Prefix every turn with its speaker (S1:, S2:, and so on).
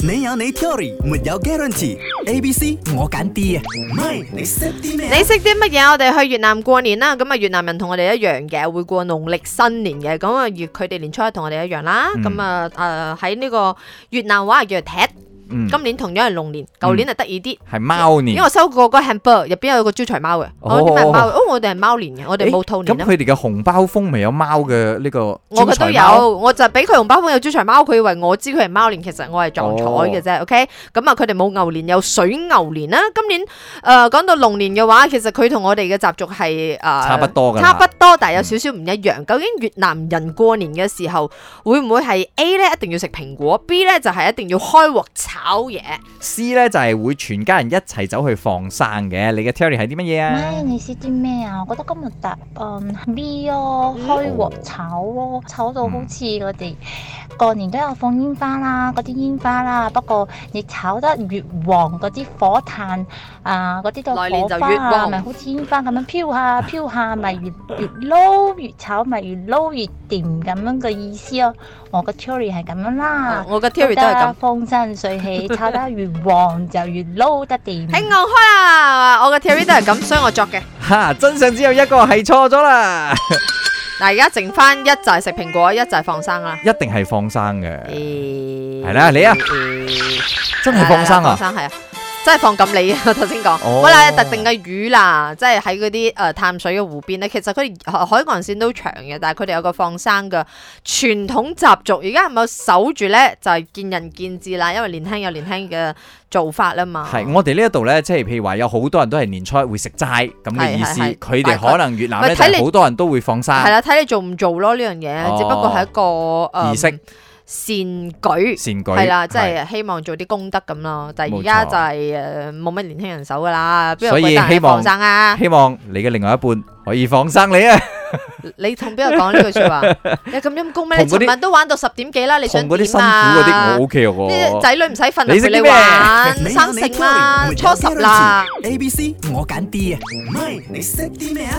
S1: 你有你 theory，沒有 guarantee。A、B、C 我揀 D 啊，唔係你識啲咩？
S2: 你識啲乜嘢？我哋去越南過年啦，咁啊越南人同我哋一樣嘅，會過農曆新年嘅，咁啊越佢哋年初一同我哋一樣啦，
S3: 嗯
S2: 咁啊誒喺呢個越南話係越踢，
S3: 嗯，
S2: 今年同樣係龍年，舊年係啊得意啲。
S3: 係貓年
S2: 因為。我收過嗰個 hamper 入邊有個招財貓嘅，我啲係貓，哦我哋係貓年嘅，我哋冇兔年
S3: 咁
S2: 啊。
S3: 佢哋嘅紅包封咪有貓嘅呢個
S2: 我嘅
S3: 招
S2: 都
S3: 財貓
S2: 有，我就俾佢紅包款有招財貓，佢以為我知佢係貓年，其實我係
S3: 哦
S2: 撞彩嘅啫。OK，咁啊，佢哋冇牛年，有水牛年啦。今年誒講、到龍年嘅話，其實佢同我哋嘅習俗係誒、呃
S3: 差不多㗎啦
S2: 差不多，但係有少少唔一樣。究竟越南人過年嘅時候會唔會係 A 呢？一定要食蘋果，B 呢就係、一定要開鑊炒嘢。
S3: C 咧就係會全家人一齊走去放生嘅。你嘅 theory 係啲乜嘢啊
S2: 嗯
S4: 咪？你識啲咩啊？我覺得今日答案 B 咯，
S2: 嗯
S4: 開鑊炒咯，炒到好似我哋過年都有放煙花啦，嗰啲煙花啦。不過你炒得越旺，嗰啲火炭啊，嗰啲都
S2: 來年
S4: 火
S2: 就
S4: 花
S2: 越
S4: 啊
S2: 旺
S4: 咪好似煙花咁樣 飄下飄下，咪越越撈越炒，咪越撈越掂咁樣嘅意思咯。我嘅 theory 係咁樣啦，
S2: 嗯我嘅 theory 都
S4: 啊
S2: 係咁。
S4: 風生水起，炒得越旺就越撈得 掂。
S2: 喺我開啦，我嘅 theory 都係咁，所以我作嘅。
S3: 吓，真相只有一個係錯咗啦，
S2: 嗱，而家剩翻一就係食蘋果，一就係放生啦。
S3: 一定係放生嘅，
S2: 係啊
S3: 係啦你啊真係 放生
S2: 放
S3: 啊！
S2: 生係啊，真係放咁你啊！我 頭先講，
S3: 哦
S2: 好啦，特定嘅魚啦，即係喺嗰啲誒淡水嘅湖邊咧，其實佢哋海海岸線都長嘅，但係佢哋有個放生嘅傳統習俗，而家係咪有守住咧？就係、見仁見智啦，因為年輕有年輕嘅做法啦嘛。
S3: 係我哋呢一度咧，即係譬如話有好多人都係年初一會食齋咁嘅意思，
S2: 係係係
S3: 佢
S2: 大
S3: 哋
S2: 概
S3: 可能越南
S2: 咪
S3: 咧就
S2: 睇你
S3: 係好多人都會放生
S2: 係啦，睇你做唔做咯呢樣嘢，
S3: 哦
S2: 只不過係一個誒、呃
S3: 儀式
S2: 善舉。
S3: 善舉，
S2: 係啦，即係希望做啲功德咁咯。但係而家就係誒冇乜年輕人手噶啦，邊有
S3: 所以
S2: 鬼得人
S3: 希
S2: 去
S3: 望
S2: 放生啊？
S3: 希望你嘅另外一半可以放生你啊！
S2: 你同邊個講呢句説 話？你咁陰公咩？你
S3: 同嗰啲
S2: 尋晚都玩到十點幾啦，你想
S3: 同嗰啲
S2: 點
S3: 辛苦嗰啲
S2: 啊
S3: 我？OK
S2: 啲
S3: 喎，
S2: 仔女唔使瞓啊，
S3: 你識
S2: 陪
S3: 啲咩
S2: 玩
S1: 你有
S2: 生
S1: 你
S2: 性
S1: theory，
S2: 啦
S1: 沒，有
S2: 初十啦。
S1: guarantee。A、B、C 我揀 D 啊，唔係你識啲咩啊？